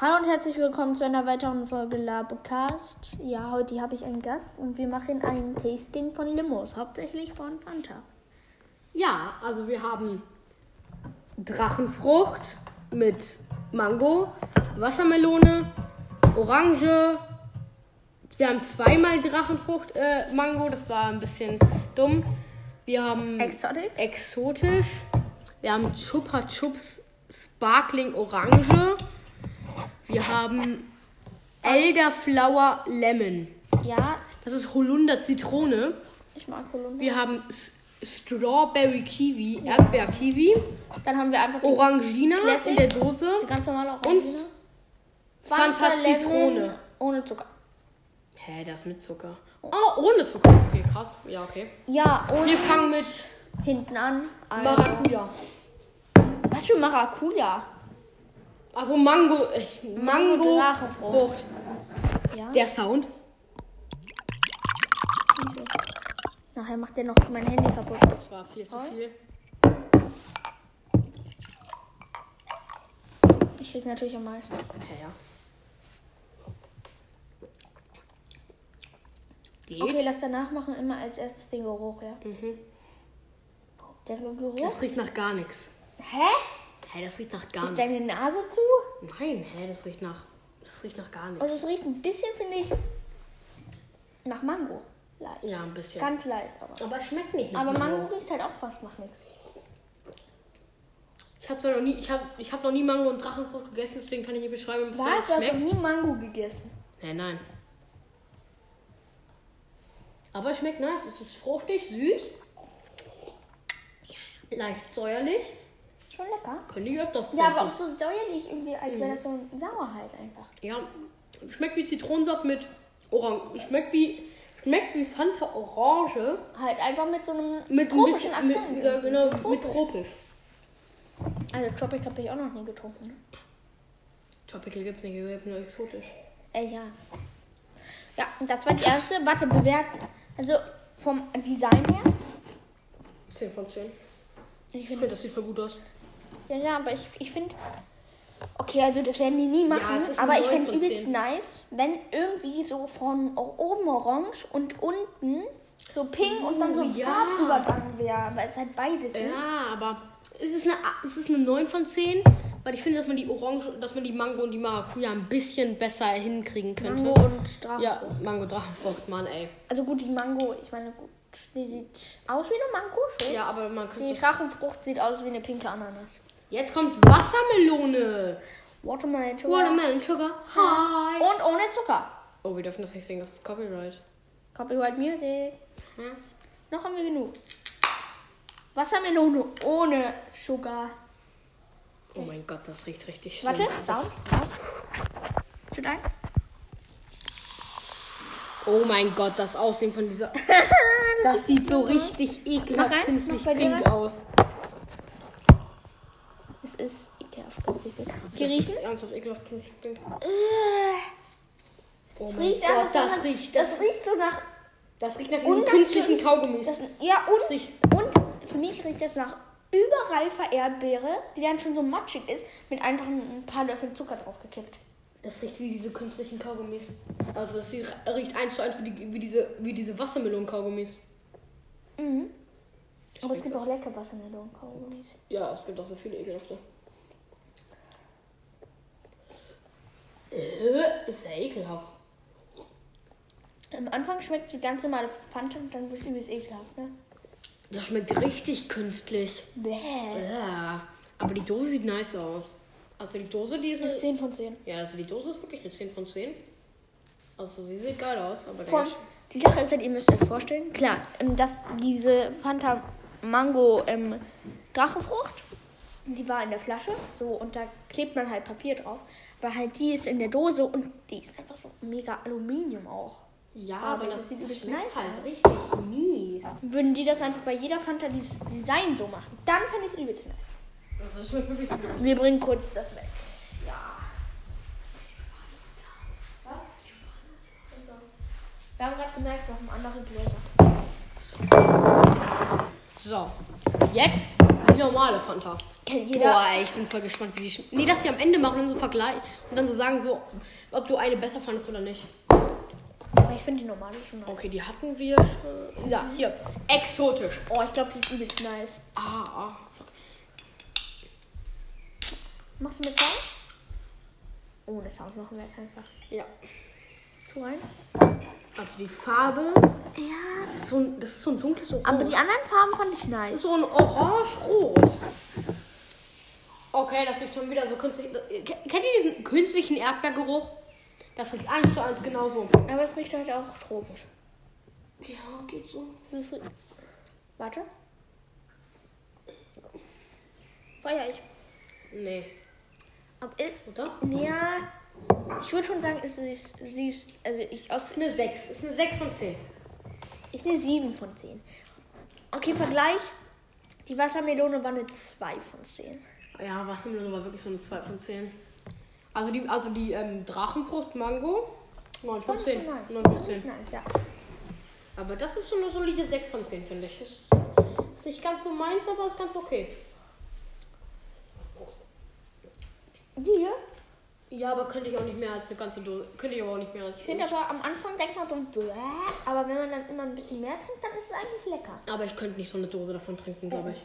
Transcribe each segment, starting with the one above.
Hallo und herzlich willkommen zu einer weiteren Folge Labecast. Ja, heute habe ich einen Gast und wir machen ein Tasting von Limos, hauptsächlich von Fanta. Ja, also wir haben Drachenfrucht mit Mango, Wassermelone, Orange. Wir haben zweimal Drachenfrucht äh, Mango, das war ein bisschen dumm. Wir haben Exotic? exotisch. Wir haben Chupa Chups Sparkling Orange. Wir haben Elderflower Lemon. Ja, Das ist Holunder Zitrone. ich mag Holunder. Wir haben S Strawberry Kiwi, Erdbeer Kiwi, Dann haben wir einfach die, Orangina Classic. in der Dose, die ganz normale Und Fanta Lemon Zitrone. Ohne Zucker. Hä, das mit Zucker. Oh, ohne Zucker. Okay, krass. Ja, okay. Ja, Wir und fangen mit hinten an. also- Maracuja. Was für Maracuja? Also Mango, äh, Mango, Drachenfrucht. Frucht. Ja. Der Sound. Nachher macht der noch mein Handy kaputt. Das war viel zu viel. Ich krieg natürlich am meisten. Ja, ja. Geht. Okay, lass danach machen immer als erstes den Geruch, ja? Mhm. Der Geruch? Das riecht nach gar nichts. Hä? Hä, das riecht nach gar Ist nichts. deine Nase zu? Nein, hä, das riecht nach. Das riecht nach gar nichts. Also es riecht ein bisschen, finde ich, nach Mango. Leicht. Ja, ein bisschen. Ganz leicht, aber. aber es schmeckt nicht. nach Aber Mango. Mango riecht halt auch fast nach nichts. Ich habe zwar noch nie, ich habe, ich hab noch nie Mango und Drachenfrucht gegessen, deswegen kann ich nicht beschreiben, ob es Was? danach Du hast noch schmeckt. nie Mango gegessen. Nein, nein. Aber es schmeckt nice. Es ist fruchtig, süß, leicht säuerlich. Schon lecker. Könnte ich öfters trinken. Ja, aber auch so säuerlich irgendwie, als Mhm. wäre das so ein sauer halt einfach. Ja, schmeckt wie Zitronensaft mit Orange. Schmeckt wie, schmeckt wie Fanta Orange Halt einfach mit so einem mit tropischen ein bisschen, Akzent. mit, ja, irgendwie. genau, mit tropisch. Also Tropic habe ich auch noch nie getrunken. Ne? Tropical gibt's nicht, gibt's nur exotisch. Äh, ja. Ja, und das war die erste. Warte, bewert. Also vom Design her. 10 von 10. Ich Ich find, finde, das sieht voll gut aus. ja, ja, aber ich, ich finde. Okay, also das werden die nie machen, es ist eine aber ich neun fände von übelst zehn. nice, wenn irgendwie so von o- oben orange und unten so pink und dann so Oh, ein ja. Farbübergang wäre, weil es halt beides ist. Ja, aber es ist eine, es ist eine 9 von 10, weil ich finde, dass man die Orange, dass man die Mango und die Maracuja ein bisschen besser hinkriegen könnte. Mango und Drachen. Ja, Mango Drachenfrucht, Mann, ey. Also gut, die Mango, ich meine, gut, die sieht aus wie eine Mango schon. Ja, aber man Die könnte. Drachenfrucht sieht aus wie eine pinke Ananas. Jetzt kommt Wassermelone. Watermelon Sugar. Watermelon Sugar. Hi. Und ohne Zucker. Oh, wir dürfen das nicht singen, das ist Copyright. Copyright Music. Noch haben wir genug. Wassermelone ohne Sugar. Oh mein Gott, das riecht richtig schlimm. Warte, Das- Sound. Sound. Tut ein. Oh mein Gott, das Aufnehmen von dieser. Das sieht so richtig Mach rein, ekelhaft künstlich mach bei dir pink rein. aus. Es ist ekelhaft. ganz ekelhaft. Okay, Das ist riechen. Äh, Ernsthaft ekelhaft künstlich pink. Oh Es mein riecht Gott, einfach so das nach- riecht. Das riecht so nach. Das riecht nach diesen unnatürlich- künstlichen Kaugummis. Das, ja, und, riecht- und für mich riecht das nach überreifer Erdbeere, die dann schon so matschig ist, mit einfach ein paar Löffeln Zucker draufgekippt. Das riecht wie diese künstlichen Kaugummis. Also es riecht riecht eins zu eins wie, die, wie diese, wie diese Wassermelonen-Kaugummis. Mhm. Aber es Schmeckt gibt auch lecker Wassermelonen-Kaugummis. Ja, es gibt auch so viele ekelhafte. Äh, ist ja ekelhaft. Am Anfang schmeckt es wie ganz normale Fanta und dann wird es übelst ekelhaft, ne? Das schmeckt richtig künstlich. Bäh. Ja. Aber die Dose sieht nice aus. Also die Dose, die ist... Das ist Eine, 10 von 10. ja, also die Dose ist wirklich eine 10 von 10. Also sie sieht geil aus, aber der Vor allem, die Sache ist halt, ihr müsst euch vorstellen, klar, ähm, dass diese Fanta Mango ähm, Drachenfrucht, die war in der Flasche, so, und da klebt man halt Papier drauf. Aber halt die ist in der Dose und die ist einfach so mega Aluminium auch. Ja, aber aber das das, sieht das übelst nice schmeckt aus. halt richtig mies. Würden die das einfach bei jeder Fanta dieses Design so machen, dann fände ich es übelst nice. Also das schmeckt wirklich mies. Wir bringen kurz das weg. Wir haben gerade gemerkt, wir haben andere Gläser. So, jetzt die normale Fanta. Kennt jeder. Boah, ey, ich bin voll gespannt, wie die schmeckt. Nee, dass die am Ende machen und so Vergleich und dann so sagen, so, ob du eine besser fandest oder nicht. Aber ich finde die normale schon nice. Okay, die hatten wir schon. Ja, hier. Exotisch. Oh, ich glaube, die ist übelst nice. Ah, ah. fuck. Machst du mit Sound? Ohne Sound machen wir jetzt einfach. Ja. Tu rein. Also die Farbe, Ja. das ist so ein, das ist so ein dunkles Orange. Aber die anderen Farben fand ich Das ist nice. so ein orange-rot. Okay, das riecht schon wieder so künstlich. Kennt ihr diesen künstlichen Erdbeergeruch? Das riecht eins zu eins genauso. Aber es riecht halt auch tropisch. Ja, geht so. Das ist- Warte. Feier ich. Nee, Aber ich oder? ja, ich würde schon sagen, ist süß. süß. Also ich, aus, Ist eine 6. Ist eine 6 von 10. ich sehe 7 von 10. Okay, Vergleich. Die Wassermelone war eine 2 von 10. Ja, Wassermelone war wirklich so eine 2 von 10. Also die, also die ähm, Drachenfrucht Mango, 9 von 10. 9 von 10. Nice, ja. genau. Aber das ist schon eine solide 6 von 10, finde ich. Ist, ist nicht ganz so meins, aber ist ganz okay. Die hier? Ja, aber könnte ich auch nicht mehr als eine ganze Dose. Könnte ich aber auch nicht mehr als Ich finde aber am Anfang denkt man so, bäh, aber wenn man dann immer ein bisschen mehr trinkt, dann ist es eigentlich lecker. Aber ich könnte nicht so eine Dose davon trinken, glaube ich.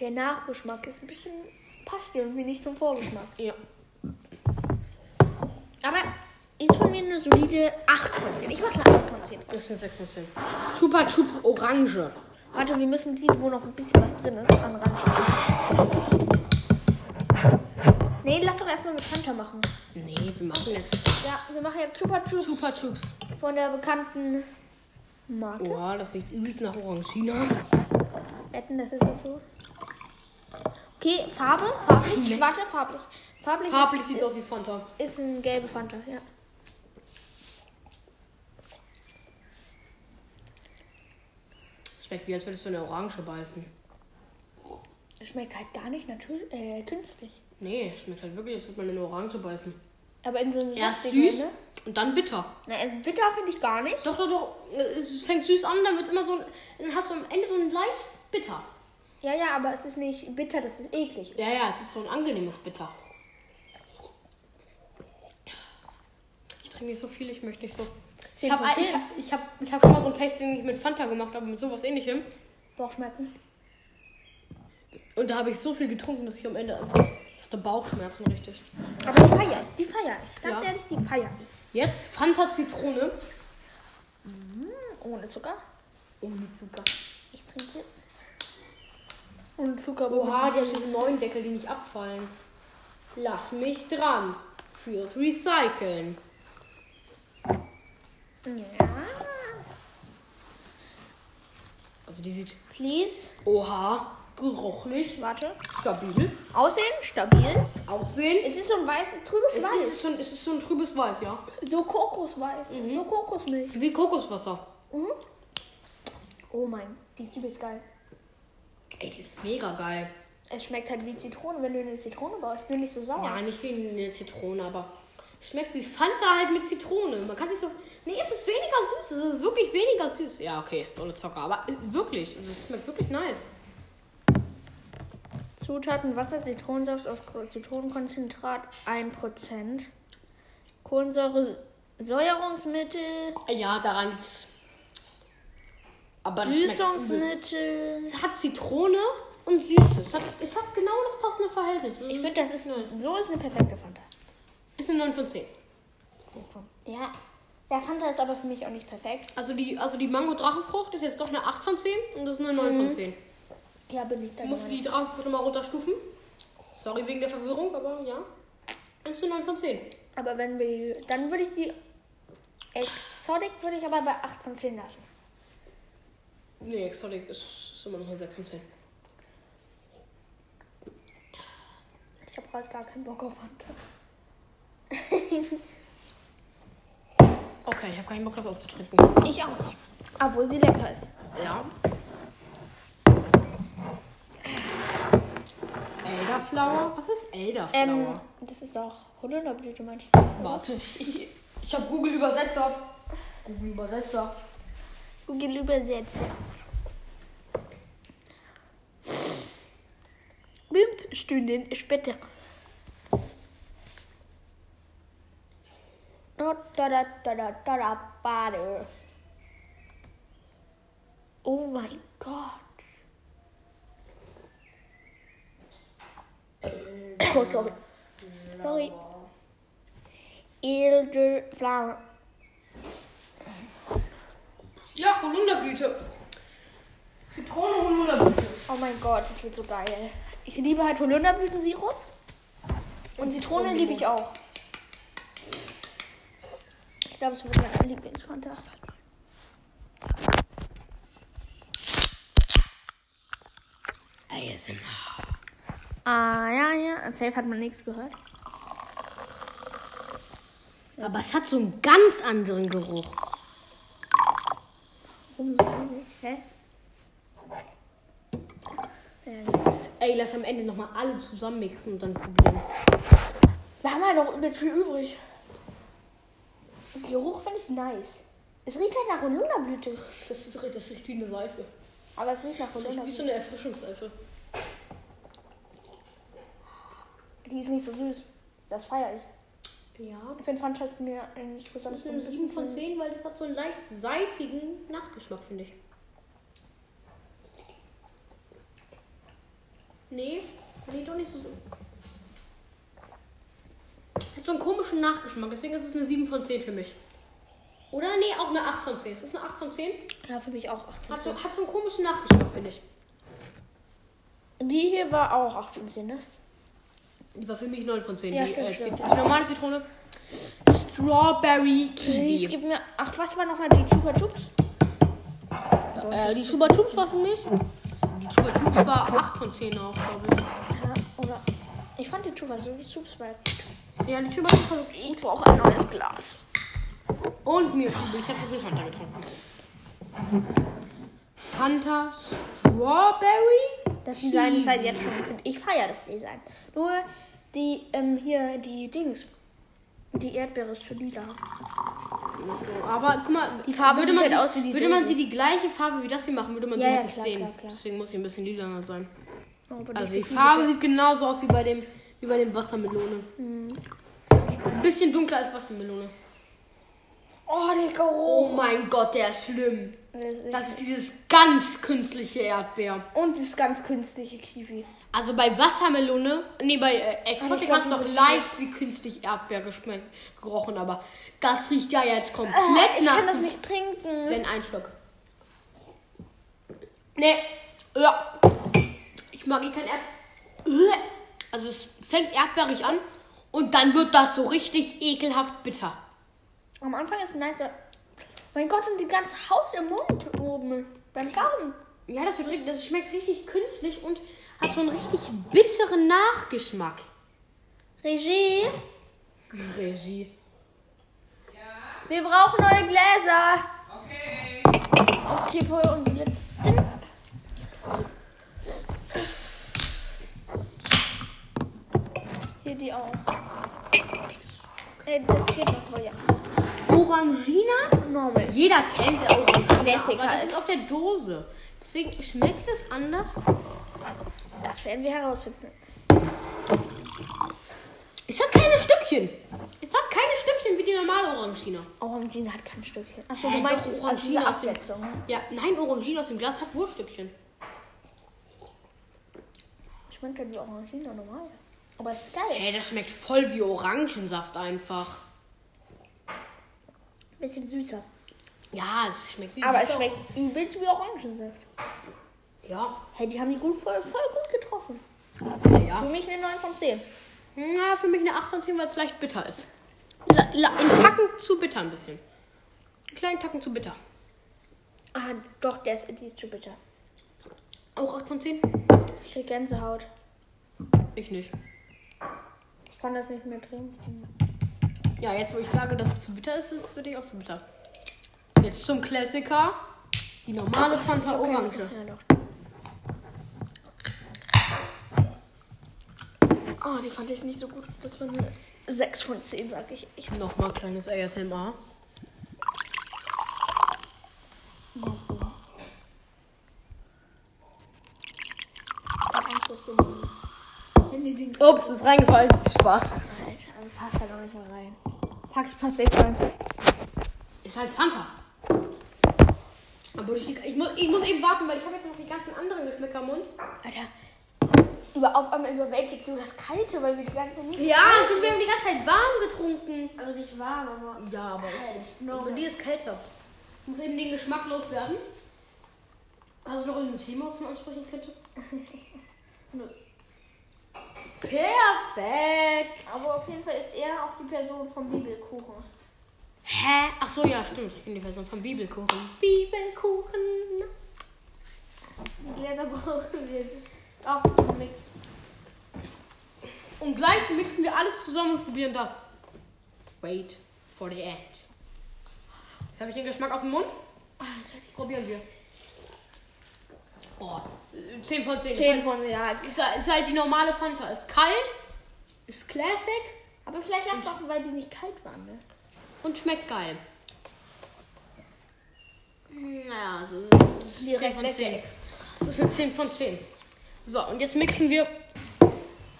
Der Nachgeschmack ist ein bisschen passt dir irgendwie nicht zum Vorgeschmack. Ja. Aber ist von mir eine solide 8 von 10. Ich mache eine 8 von 10. Ist eine 6 von 10. Chupa Chups Orange. Warte, wir müssen die, wo noch ein bisschen was drin ist, an den Rand schauen. Nee, lass doch erstmal mit Fanta machen. Nee, wir machen jetzt Ja, wir machen jetzt Chupa Chups Chupa Chups. von der bekannten Marke. Boah, das riecht übelst nach Orangina. Wetten, das ist auch so. Okay, Farbe, farblich. Warte, farblich. Farblich, Farblich ist, sieht ist, aus wie Fanta. ist ein gelbe Fanta, ja. Schmeckt wie, als würdest du eine Orange beißen. Das schmeckt halt gar nicht natürlich äh, künstlich. Nee, schmeckt halt wirklich, als würde man eine Orange beißen. Aber in so einem Erst saftigen, süß ne? und dann bitter. Na, also bitter finde ich gar nicht. Doch, doch, doch. Es fängt süß an, dann wird es immer so, ein- dann hat es am Ende so ein leicht bitter. Ja, ja, aber es ist nicht bitter, das ist eklig. Ja, ja, es ist so ein angenehmes Bitter. Ich trinke nicht so viel, ich möchte nicht so. Das ist Ich 10 habe von 10. ich hab, ich hab, ich hab schon mal so ein Tasting nicht mit Fanta gemacht, aber mit sowas ähnlichem. Bauchschmerzen. Und da habe ich so viel getrunken, dass ich am Ende einfach. Ich hatte Bauchschmerzen richtig. Aber die feiere ich, die feiere ich. Ganz Ja. ehrlich, die feiere ich. Jetzt Fanta Zitrone. Ohne Zucker. Ohne Oh, Zucker. Ich trinke. Ohne Zucker, aber Oha, die haben diese neuen Deckel, die nicht abfallen. Lass mich dran. Fürs Recyceln. Ja. Also die sieht. Please. Oha, geruchlich, Warte. stabil. Aussehen, stabil. Aussehen. Es ist so ein weißes, trübes Es Weiß. ist, es, ist so ein, es ist so ein trübes Weiß, ja. So Kokosweiß. Mhm. So Kokosmilch. Wie Kokoswasser. Mhm. Oh mein, die ist übelst geil. Ey, die ist mega geil. Es schmeckt halt wie Zitrone, wenn du eine Zitrone baust. Nur nicht so sauer. Ja, nicht wie eine Zitrone, aber schmeckt wie Fanta halt mit Zitrone. Man kann sich so. Nee, es ist weniger süß. Es ist wirklich weniger süß. Ja, okay, so eine Zocker. Aber wirklich, es schmeckt wirklich nice. Zutaten: Wasser, Zitronensaft aus Ko- Zitronenkonzentrat 1%. Kohlensäure, Säuerungsmittel, Ja, daran. liegt's. Aber das schmeckt übelst. Süßungsmittel. Es hat Zitrone und Süße. Es hat, es hat genau das passende Verhältnis. Mhm. Ich finde, das ist so ist eine perfekte Fanta. Ist eine 9 von 10. Ja. Ja, Fanta ist aber für mich auch nicht perfekt. Also die, also die Mango-Drachenfrucht ist jetzt doch eine 8 von 10 und das ist eine 9 von 10. Ja, bin ich da. Ich musste die Drachenfrucht nochmal runterstufen. Sorry wegen der Verwirrung, aber ja. Ist eine 9 von 10. Aber wenn wir die, dann würde ich die Exotic würde ich aber bei 8 von 10 lassen. Nee, Exotic ist, ist immer noch eine 6 von 10. Ich habe gerade gar keinen Bock auf Fanta. Okay, ich habe keinen Bock, das auszutrinken. Ich auch nicht. Obwohl sie lecker ist. Ja. Elderflower? Was ist Ähm, Elderflower? das ist doch Holunderblüte, meinst du? Warte, Ähm, ich, ich habe Google Übersetzer. Google Übersetzer. Google übersetzt. Stunden später. Da, da, da, da, da, da, da, bade. Oh mein Gott. Oh, sorry. Sorry. Edelflamme. Ja, Holunderblüte. Zitrone Holunderblüte. Oh mein Gott, das wird so geil. Ich liebe halt Holunderblütensirup. Und Zitrone liebe ich auch. Ich glaube, es wird meine Lieblingsfanta. ASMR. Ah, ja, ja. Safe hat man nichts gehört. Aber es hat so einen ganz anderen Geruch. Hä? Ähm, Ey, lass am Ende nochmal alle zusammen mixen und dann probieren. Wir haben ja noch übelst viel übrig. Den Geruch finde ich nice. Es riecht halt nach Holunderblüte. Das, ist, das riecht wie eine Seife. Aber es riecht nach Das riecht wie Holunderblüte. so eine Erfrischungsseife. Die ist nicht so süß. Das feiere ich. Ja. Ich finde Fanta ist mir insgesamt Das ist eine so 7 von 10, weil es hat so einen leicht seifigen Nachgeschmack, finde ich. Nee, nee, doch nicht so. so. Hat so einen komischen Nachgeschmack, deswegen ist es eine 7 von 10 für mich. Oder? Nee, auch eine 8 von 10. Ist das eine 8 von 10? Ja, für mich auch 8 von Hat so, hat so einen komischen Nachgeschmack, finde ich. 10. Die hier war auch 8 von 10, ne? Die war für mich 9 von 10. Ja, die, stimmt, äh, stimmt. Zit- die normale Zitrone. Strawberry Kiwi. Ich gebe mir. Ach, was war nochmal die Chupa Chups? Äh, die Chupa Chups war für mich. Die Chupa Chups war 8 von 10 auch, glaube Ja, oder. Ich fand die Chupa Chups mal. ich. Ja, die Chupa Chups war wirklich. Ich brauche ein neues Glas. Und mir Schube. Ich habe so viel Fanta getrunken. Fanta Strawberry? Das Design ist halt jetzt schon. gut. Ich feiere das Design. Nur die, ähm, hier, die Dings. Die Erdbeere ist schon lila. Aber guck mal, die Farbe würde sieht man, halt aus sie, wie die würde man Dose. sie die gleiche Farbe wie das hier machen, würde man Ja, sie ja, halt nicht klar, sehen. klar, klar. Deswegen muss sie ein bisschen lilaner sein. Aber Also die nicht so Farbe viel. sieht genauso aus wie bei dem, wie bei dem Wassermelone. Mhm. Ein bisschen dunkler als Wassermelone. Oh, der Oh Geruch. mein Gott, der ist schlimm. Das ist- Das ist dieses ganz künstliche Erdbeer. Und das ganz künstliche Kiwi. Also bei Wassermelone, nee, bei äh, Exotic glaub, hast die du auch wird leicht wie künstlich Erdbeer geschmeckt, gerochen, aber das riecht ja jetzt komplett Ah, ich nach. kann das nicht trinken. Denn ein Schluck. Nee, ja. Ich mag eh kein Erdbeer. Also es fängt erdbeerig an und dann wird das so richtig ekelhaft bitter. Am Anfang ist es nice. aber- Mein Gott, und die ganze Haut im Mund oben. Beim Gaumen. Ja, das, wird, richtig- das schmeckt richtig künstlich und hat so einen richtig bitteren Nachgeschmack. Regie, Regie. wir brauchen neue Gläser. Okay. Okay, Paul, und die letzten. Hier die auch. Ey, das geht noch, Paul, ja. Orangina? Normal. Jeder kennt Orangina, Classic aber das halt. ist auf der Dose. Deswegen schmeckt es anders. Das werden wir herausfinden. Es hat keine Stückchen. Es hat keine Stückchen wie die normale Orangina. Orangina hat kein Stückchen. Achso, Äh, du meinst doch, diese- Orangina diese aus dem- Absetzung. Ja, nein, Orangina aus dem Glas hat wohl Stückchen. Schmeckt ja die Orangina normal. Aber es ist geil. Ey, das schmeckt voll wie Orangensaft einfach. Bisschen süßer. Ja, es schmeckt wie Aber es süßer- schmeckt übelst wie Orangensaft. Ja, Hey, die haben die gut, voll, voll gut getroffen. Für ja. mich eine 9 von 10. Na, für mich eine 8 von 10, weil es leicht bitter ist. La, la, in Tacken zu bitter ein bisschen. Einen kleinen Tacken zu bitter. Ah, doch, der ist, die ist zu bitter. Auch 8 von 10? Ich krieg Gänsehaut. Ich nicht. Ich kann das nicht mehr trinken. Ja, jetzt wo ich sage, dass es zu bitter ist, ist es für dich auch zu bitter. Jetzt zum Klassiker. Die normale Fanta Orange. Ja, doch. Oh, die fand ich nicht so gut. Das war eine 6 von 10, sag ich. ich Nochmal kleines ASMR. hab Angst, dass du- Ups, ist reingefallen. Viel Spaß. Alter, also passt halt auch nicht mehr rein. Pack's passt echt rein. Ist halt Fanta. Aber durch die, ich, muss, ich muss eben warten, weil ich habe jetzt noch die ganzen anderen Geschmäcker im Mund. Alter, über, auf einmal überwältigt so das Kalte, weil wir die ganze Zeit nicht. Ja, stimmt, wir haben die ganze Zeit warm getrunken. Also nicht warm, aber. halt. Ja, aber Kalt. aber die ist kälter. Ich muss eben den Geschmack loswerden. Hast du noch irgendein Thema, was man ansprechen könnte? Nö. Perfekt. Aber auf jeden Fall ist er auch die Person vom Bibelkuchen. Hä? Ach so, ja, stimmt. Ich bin die Person vom Bibelkuchen. Bibelkuchen. Die Gläser brauchen wir jetzt. Auch einen Mix. Und gleich mixen wir alles zusammen und probieren das. Wait for the end. Jetzt habe ich den Geschmack aus dem Mund. Alter, die Probieren wir. Boah, äh, 10 von 10. 10 von ja. es gibt- Ist, halt, ist halt die normale Fanta. Ist kalt, ist classic Aber vielleicht lag es auch, weil die nicht kalt waren, ne? und schmeckt geil. Naja, so das ist 10 Direkt von 10. weggeext. Das ist eine 10 von 10. So, und jetzt mixen wir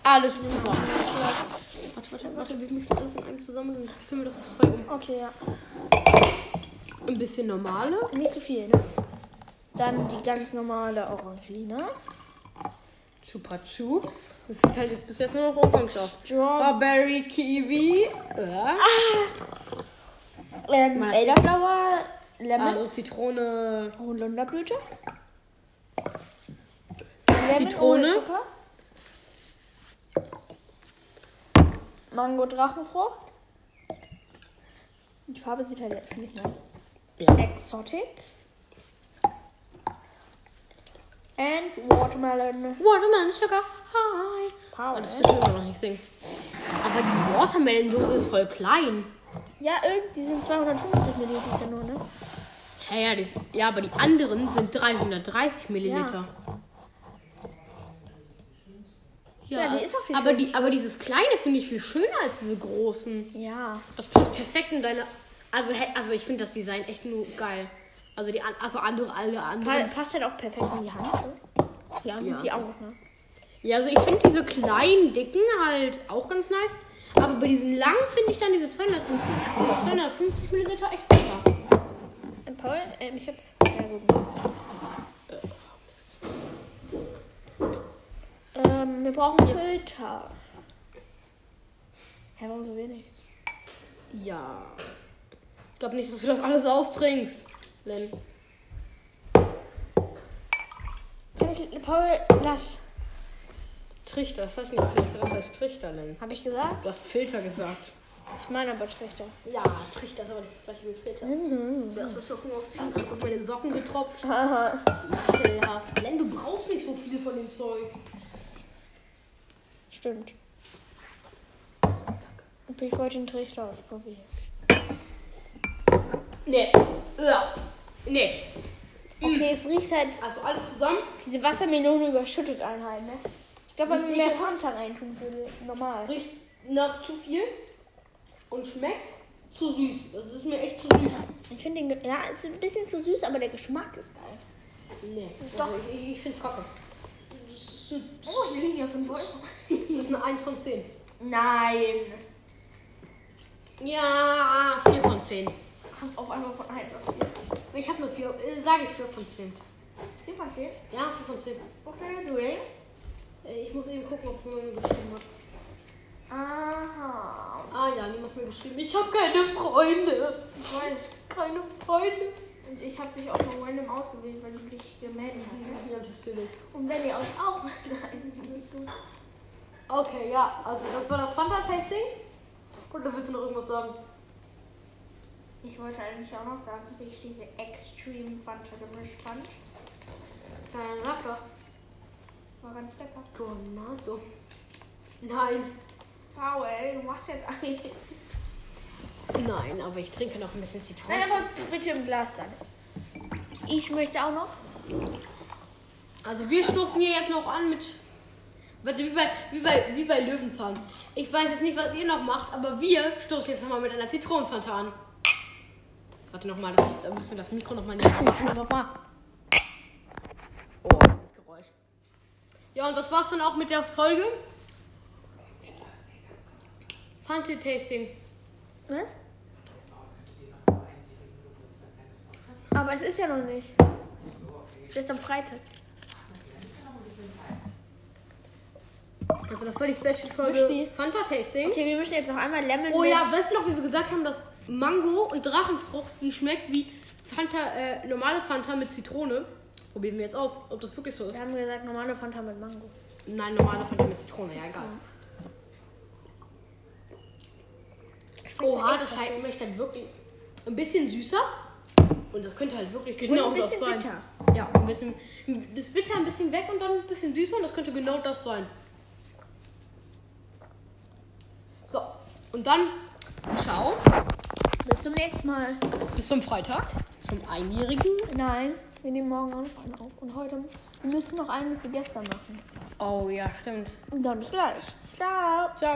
alles zusammen. Warte, warte, warte, wir mixen alles in einem zusammen und dann füllen wir das auf zwei um. Okay, ja. Ein bisschen normale. Nicht so viel, ne? Dann die ganz normale Orangina. Chupa Chups. Das sieht halt jetzt bis jetzt nur noch Orange aus. Straw. Strawberry Kiwi. Äh. Ähm, Mal- Elderflower. Lemon. Also Zitrone. Holunderblüte. Lemon Zitrone. ohne Zucker. Mango Drachenfrucht. Die Farbe sieht halt, finde ich, nice. Ja. Exotic. And Watermelon Watermelon Sugar. Hi. Oh, Power. das dürfen wir noch nicht singen. Aber die Watermelon-Dose ist voll klein. Ja, irgendwie die sind 250 Milliliter nur, ne? Ja, ja, die ist, ja, aber die anderen sind 330 Milliliter. Ja, die ist auch die aber, die, aber dieses kleine finde ich viel schöner als diese großen. Ja. Das passt perfekt in deine. Also, hä- also ich finde das Design echt nur geil. Also die an- also andere, alle Pa anderen. passt halt auch perfekt in die Hand. Ne? Ja, Ja. die auch, ne? Ja, also ich finde diese kleinen, dicken halt auch ganz nice. Aber bei diesen langen finde ich dann diese 200, 250 Milliliter echt besser. Und Paul, ähm, ich hab. Ja, gut. ne? Mist. Ähm, wir brauchen Filter. Hä, warum so wenig? Ja. Ich glaube nicht, dass du das alles austrinkst, Len. Kann ich, Paul, lass. Trichter, das heißt nicht Filter, das heißt Trichter, Len. Hab ich gesagt? Du hast Filter gesagt. Ich meine aber Trichter. Ja, Trichter ist aber nicht das gleiche wie Filter. Du hast was Socken ausziehen, hast auf meine Socken getropft. Aha. Ah. Ekelhaft. Len, du brauchst nicht so viel von dem Zeug. Stimmt. Und ich wollte den Trichter ausprobieren. Nee. Ja. Nee. Okay, es riecht halt. Also alles zusammen. Diese Wassermelone überschüttet einen halt, ne? Ich glaube, wenn man Riecht mehr nicht so- Fanta reintun würde, normal. Riecht nach zu viel und schmeckt zu süß. Das ist mir echt zu süß. Ich finde den. Ge- Ja, es ist ein bisschen zu süß, aber der Geschmack ist geil. Nee. Doch. Also ich, ich find's kacke. Das ist, das Oh, hier liegen ja fünf Euro. ist- das ist eine 1 von 10. Nein. Ja, 4 von 10. Auf einmal von 1 auf 4. Ich habe nur 4, äh, sage ich 4 von 10. 4 von 10. Ja, 4 von 10. Okay, Duell. Äh, Ich muss eben gucken, ob jemand mir geschrieben hat. Aha. Ah ja, niemand hat mir geschrieben. Ich habe keine Freunde. Ich weiß. Keine Freunde. Und ich habe dich auch nur random ausgewählt, weil du dich gemeldet hast. ne? Ja, natürlich. Und wenn ihr euch auch mal nicht gut. Okay, ja, also das war das Fanta-Tasting. Oder willst du noch irgendwas sagen? Ich wollte eigentlich auch noch sagen, wie ich diese Extreme Fanta gemischt fand. Keine Nachbar. War ganz lecker. Tornado. Nein. Wow, ey, du machst jetzt eigentlich. Nein, aber ich trinke noch ein bisschen Nein, Zitrone. aber bitte im Glas dann. Ich möchte auch noch. Also wir stoßen hier jetzt noch an mit. Warte, wie bei, wie bei, wie bei Löwenzahn. Ich weiß jetzt nicht, was ihr noch macht, aber wir stoßen jetzt nochmal mit einer Zitronenfanta an. Warte nochmal, da müssen wir das Mikro nochmal nehmen. Nochmal. Oh, das Geräusch. Ja, und das war's dann auch mit der Folge. Fante Tasting. Was? Aber es ist ja noch nicht. Es ist am Freitag. Also das war die Mischti. Special-Folge Fanta Tasting. Okay, wir müssen jetzt noch einmal Lemon Oh ja, Mix. weißt du noch, wie wir gesagt haben, dass Mango und Drachenfrucht, die schmeckt wie Fanta, äh, normale Fanta mit Zitrone. Probieren wir jetzt aus, ob das wirklich so ist. Wir haben gesagt, normale Fanta mit Mango. Nein, normale Fanta mit Zitrone, ja egal. Oha, das schmeckt mir halt wirklich ein bisschen süßer. Und das könnte halt wirklich genau ein das bisschen sein. bitter. Ja, ein bisschen. Das Bitter ein bisschen weg und dann ein bisschen süßer und das könnte genau das sein. So, und dann ciao. Bis zum nächsten Mal. Bis zum Freitag. Zum Einjährigen. Nein, wir nehmen morgen Anfang auf. Und heute wir müssen noch eine für gestern machen. Oh ja, stimmt. Und dann bis gleich. Ciao. Ciao.